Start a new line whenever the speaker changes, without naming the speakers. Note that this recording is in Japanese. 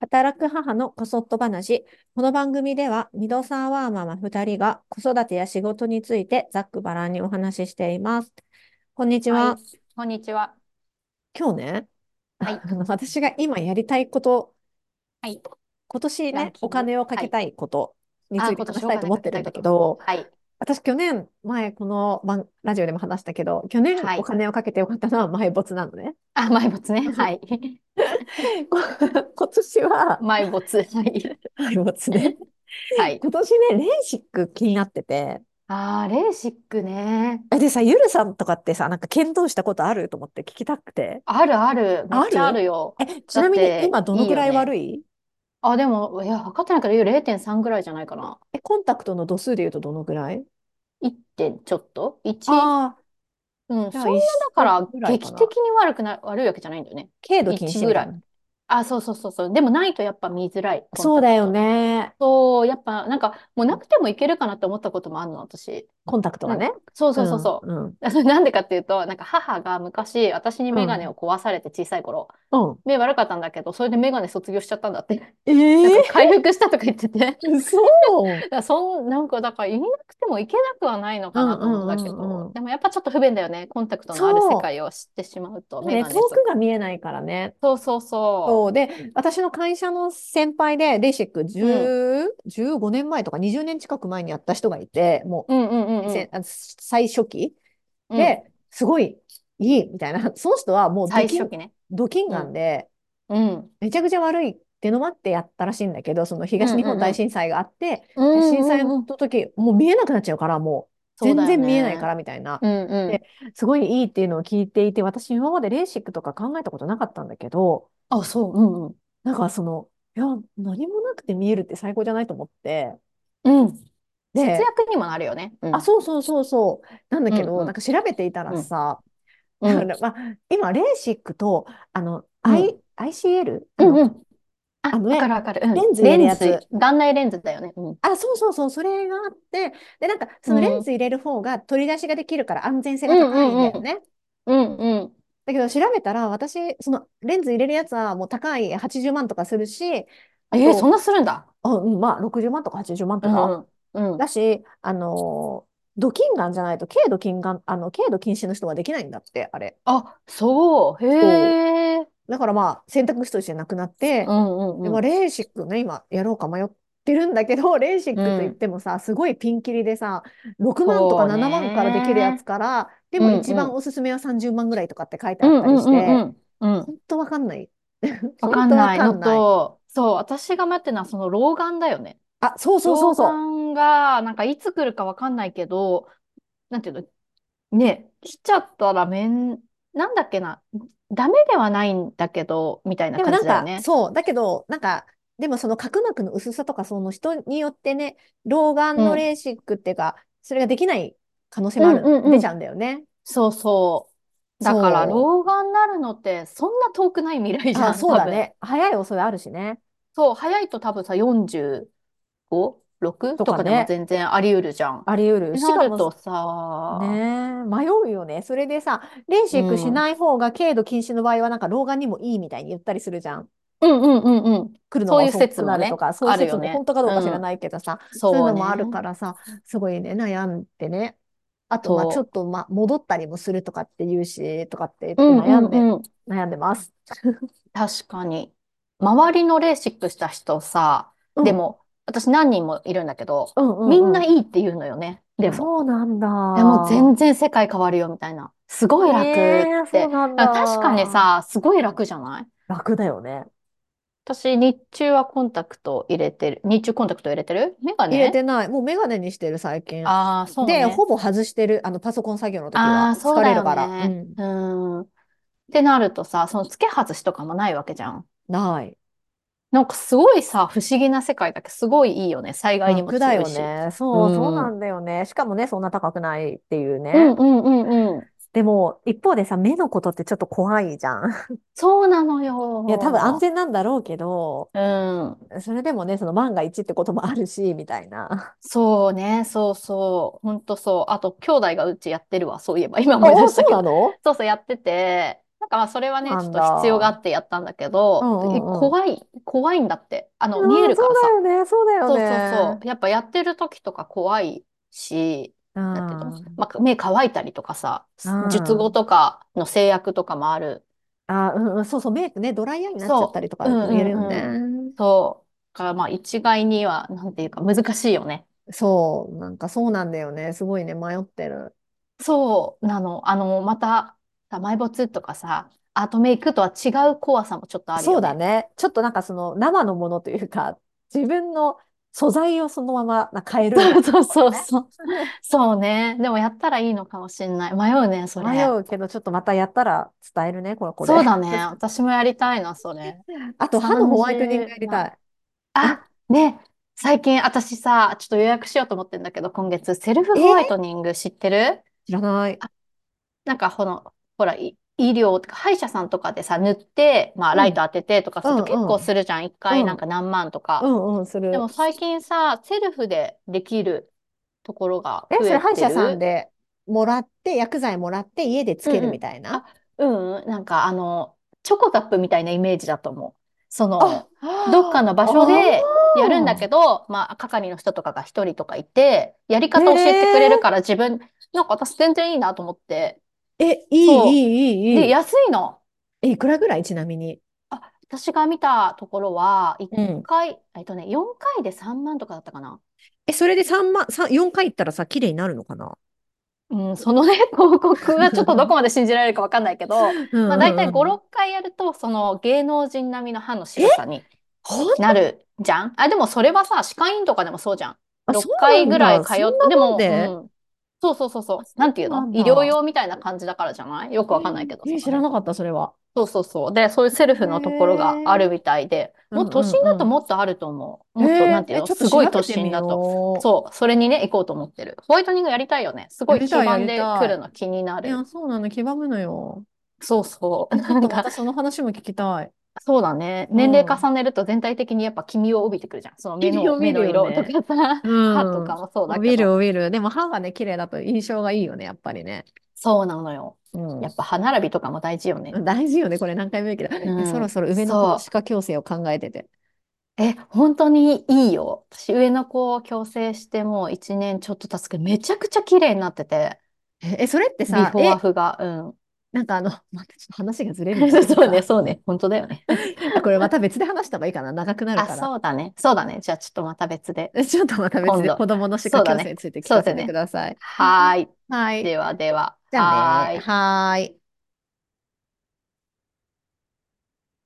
働く母のこそっと話。この番組では、ミドサーワーママ2人が子育てや仕事についてざっくばらんにお話ししています。こんにちは。
い、こんにちは。
今日ね、
は い
あの私が今やりたいこと、
はい。
今年
ラン
ね、
キング
お金をかけたいことについ
あ、
て
今
話
年
したいと思ってるんだけど、
はい。
私去年、前この番ラジオでも話したけど、去年
はい
お金をかけてよかったのは埋没なの ね。
あ、埋没ね。はい。
こ 今年は
埋没。はい。
埋没ね。
はい。
今年ね、レーシック気になってて、
あー、レーシックね。
えでさ、ゆるさんとかってさ、なんか剣道したことあると思って聞きたくて。
あるある。めっちゃあるよ。
え、ちなみに
だって
今どのくらい
いいよね
悪い
あ、でも、いや、測ってないから、0.3ぐらいじゃないかな。
え、コンタクトの度数で言うとどのくらい
1. 点ちょっと ?1?
ああ、
うん。
じゃあ
そんな、だから、
一ぐらいか
劇
な
的に悪くな、悪いわけじゃないんだよね。
軽度禁止みたい
一
な。
あ、そうそうそうそう。でも、ないとやっぱ見づらい。
そうだよ
ね。
ね。
そう、やっぱ、なんか、もうなくてもいけるかなって思ったこともあるの、私。
コンタクトがね。
そうそうそうそう。
うん。うん。
なんでかっていうと、なんか母が昔、私にメガネを壊されて小さい頃、
うん
目悪かったんだけど、それでメガネ卒業しちゃったんだ って。
え
なん
え
か回復したとか言ってて。 だか
ー、嘘
らそん、なんか、だから、いなくてもいけなくはないのかなと思うんだけ
うんうんうんう
ど
ん、
でもやっぱちょっと不便だよね。コンタクトのある世界を知ってしまうと、メ
ね、
ガネ
遠くが見えないからね。
そうそうそ
そうで、私の会社の先輩で、レーシック10、15年前とか20年近く前にやった人がいて、も
う。うんうんうん
う、
うん。
せあの最初期
うん、
で、すごいいいみたいな、 その人はもうド
最
キン
初、期ね。
ドキンガンで、
うん。
めちゃくちゃ悪いってのもあってやったらしいんだけど、その東日本大震災があって、
うんうんうん
震災の時、もう見えなくなっちゃうから、もう
そう
全
だよ
然見えない
ね
からみたいな、
うんうん。
ですごいいいっていうのを聞いていて、私今までレーシックとか考えたことなかったんだけど、
あ、そう。うんうん。
なんかその、いや、何もなくて見えるって最高じゃないと思って、
うん。節
で、
約にもなるよね。うん
あ、そうそうそうそう、なんだけど、
うんうん
なんか調べていたらさ、
うん
あのまあ、今、レーシックと、あの、
うん
I、ICL? あ
う
の
んうん。あ、
あのね
わかるわかる。うん
レンズ入れるやつ
レンズ眼内レンズだよね。うん。
あ、そうそうそう、それがあって、で、なんか、そのレンズ入れる方が取り出しができるから安全性が高いんだよね。
うんうん。
だけど、調べたら、私、そのレンズ入れるやつはもう高い80万とかするし、あ
えー、
と
そんなするんだ。
あうん、まあ、60万とか80万と
うん
か。
うん。うん。
だし、あのードキンガンじゃないと、軽度禁眼、あの、軽度禁止の人はできないんだって、あれ。
あ、そう。へえ。
だからまあ、選択肢としてなくなって
う、んうん
で
う
も
ん。
レーシックね、今やろうか迷ってるんだけど、 レーシックと言ってもさ、すごいピンキリでさ、6万とか
そう
7
ね
万からできるやつから、で
う
も
んうん
一番おすすめは30万ぐらいとかって書いて
う
あ
ん
ったりし
うん
て、本
うんうんうん。
当わかんない。
わ
本
かん
当わ
ない
か
の
んない。
と、そう、私が待ってるのはその老眼だよね。
あ、そうそうそうそう。
老眼が、なんかいつ来るかわかんないけど、なんていうの、ね、来ちゃったらめん、なんだっけな、ダメではないんだけど、みたいな
でも
感
なん
じだよ
か、
ね。
そう、だけど、なんか、でもその角膜の薄さとか、その人によってね、老眼の
うん
レーシックっていうか、それができない可能性もある、
うんうんうん
出ちゃうんだよね。
そうそう。だから、
そう
老眼になるのって、そんな遠くない未来じゃ
あ、
ん、
そうだ
多分。
ね。早い恐れあるしね。
そう、早いと多分さ、45、6
と
と
かね
かでも全然あり得るじゃん。っ
あり得る。
て
し
な
か
る
も
とさ、
ねえ、迷うよね。それでさ、レーシックしない方が軽度禁止の場合は、なんか老眼にもいいみたいに言ったりするじゃん。
うんうんうんうん。
来るの
そう
が
いう
遅
説
く
も
なる
ね
とか、そういう
ある
説
よ
も
ね
本当かどうか知ら
うん
ないけどさ、
そう
そういうのもある
ね。
からさ、すごいね、悩んでね。あと、まあ、
そう
ちょっと、まあ、戻ったりもするとかって言うし、とかって言って
うん
悩ん
う
で、
んうん。
悩んでます。
確かに。周りのレーシックした人さ、
うん
でも、私何人もいるんだけど、
うんうん
みんな
うん
いいって言うのよね。でも、
そうなんだ。
でも全然世界変わるよみたいな。すごい楽
えー
っ
そう
て。
なん
だ
だ。
から確かに、さ、すごい楽じゃない
楽だよね。
私、日中はコンタクト入れてる。日中コンタクト入れてるメガ
入れ
ネ
てない。もうメガネにしてる、最近。
ああ、そう
で、
ね。
ほぼ外してる。あの、パソコン作業の時
あ
は。
あ、そ
疲
うだ
れる
よ
から。
ね。
うん
うーん。ってなるとさ、その付け外しとかもないわけじゃん。
ない。
なんかすごいさ、不思議な世界だけど、すごいいいよね。災害にも
楽だ
強い
よ
し。
ね。そう、
うん
そうなんだよね。しかもね、そんな高くないっていうね。
うんうんうんうん。
でも、一方でさ、目のことってちょっと怖いじゃん。
そうなのよ。
いや、多分安全なんだろうけど、
うん。
それでもね、その万が一ってこともあるし、みたいな。
そうね。そうそう。 ほんとそう。あと、兄弟がうちやってるわ。そういえば、今思い出
お
し
そ
た
う
け
な
ど。
の
そうそう、やってて。なんかまあそれはね、
な
ちょっ
ん
と必要があ
だ。
ってやったんだけ
う
ど、え
んうんうん。
怖い、怖いんだって。あの、見え
ああ、
るからさ。
そうだよね、そうだよ
そうそうそ
ね。
う。やっぱやってる時とか怖いし、なんていうの
あ
まあ、目乾いたりとかさ、術
あ、
後
あ
とかの制約とかもある。
あ、うんうん、そうそう、メイクね、ドライアイになっちゃった
そ
りと
う。う
か
ん
言える
う
よ
んうん。
ね。
そう。だからまあ一概には、なんていうか難しいよね。
そう、なんかそうなんだよね。すごいね、迷ってる。
そうなの。あの、また、さ埋没とかさ、アートメイクとは違う怖さもちょっとある
そ
よ
うだ
ね。
ね。ちょっとなんかその生のものというか、 自分の素材をそのままな変えるみた
そ
いう
そう
なこと
そう
ね。
そう。そうね。でもやったらいいのかもしんない。迷うね、そ
迷
れ。
うけど、ちょっとまたやったら伝えるね、これ、こ
そうだ
れ。
ね。私もやりたいな、それ。
あと、歯のホワイトニングや
30
りた
万。
い。え、
あ、ね。最近私さ、ちょっと予約しようと思ってんだけど、今月、セルフ
え
ホワイ
ー
トニング知ってる
知らない。
あなんかこの、ほら、い医療とか、歯医者さんとかでさ、塗って、まあ、
う
ライ
ん、
ト当ててとか
う
すると
ん、
結
う
構
ん、
するじゃん。一回
う
なん
ん、
か何万と
う
か。
ん、うん、す
で
る。
も最近さ、セルフでできるところが
え、
増
それ
え
歯医
て
者さん
る
でもらって、薬剤もらって家でつ
う
け
ん
る
う
み
ん。
たいな。
あ、うんうん。なんかあの、チョコザップみたいなイメージだと思う。そ
あ、
の、どっか
あ
の場所でやるんだ
あ
けど、まあ、係の人とかが一人とかいて、やり
ー、
方教えてくれる
え
から自分、なんか私全然いいなと思って。
ー、え、いい、
そ
いい、
う。
い
で、
い。
安いの。
え、いくらぐらいちなみに。
あ、私が見たところは、1
うん。
回、えっとね、4回で3万とかだったかな。
え、それで3万、3、4回行ったらさ、綺麗になるのかな
うん、そのね、 広告はちょっとどこまで信じられるかわかんないけど、
う
まあ大
んう
体
んう
5、
ん。
6回やると、その芸能人並みの歯の
え、
白さに
ほん、
なるじゃんあ、でもそれはさ、歯科医院とかでもそうじゃん。
あ、そ
6
うな
回
ん
ぐらい
だ。
通
そん
っ
な
て、で
もん
も、
で。
うん。そうそうそ
あ、
うそう。
そ
なんていう
うな
の
ん
医療
だ。
用みたいな感じだからじゃないよく
う
わかんないけ
ん
ど、
え、
その
知ら
辺
なか
は。
った、それは。
そうそうそう。で、そういうセルフのところがあ
へ
る
え。
みたいで、
う
もうん都心だ
う
と
ん
もっとあると思う。
うん。
もっと、
へ
なん
え、
ていう
え、
の
ちょっと
す
調
ごい都
べて
心
み
だと。
よ
そう、それにね、行こうと思ってる。ホワイトニングやりたいよね。す
う。
ご
や
い
り
基
たい、や
盤
り
で来
た。
るの気にない
い
る。
や、そうなの、黄ばむの よ。
そうそう。
え、ちょっ
なん
とま
か、
たその話も聞きたい。
そうだね。
う
年齢
ん。
重ねると全体的にやっぱ黄みを帯びてくるじゃん。その目
霧
の、
を
目
見るよ
の色と
ね。
かさ、歯と
うん。
かもそうだけ
見る、
ど。
見る。でも歯がね、綺麗だと印象がいいよね、やっぱりね。
そうなのよ。
う
や
ん。
っぱ歯並びとかも大事よね。
大事よね、これ何回も言うけど。いや、そうろ
ん。
そろ上の子の
そ
歯科矯正を考えてて。
う。え、本当にいいよ。私、上の子を矯正してもう1年ちょっと経つけど、めちゃくちゃ綺麗になってて、
え、えそれって
ビ
さ、
フォーア
え、
フが。うん。
なんかあの、 またちょっと話がずれるんだけど
そうね、
さ。
そうね。本当だよね。
あ、これまた別で話した方がいいかな、長くなる
あ、
から。
そうだね。そうだね。じゃあちょっとまた別で。
えちょっとまた別
今
で
度。
子供の歯科
そうだ
矯正
ね。
について聞
そう
か
だ
せてく
ね。
ださい。
はーい。
はい。
ではでは。
じゃあ
は
ね。
ーい。
はーい。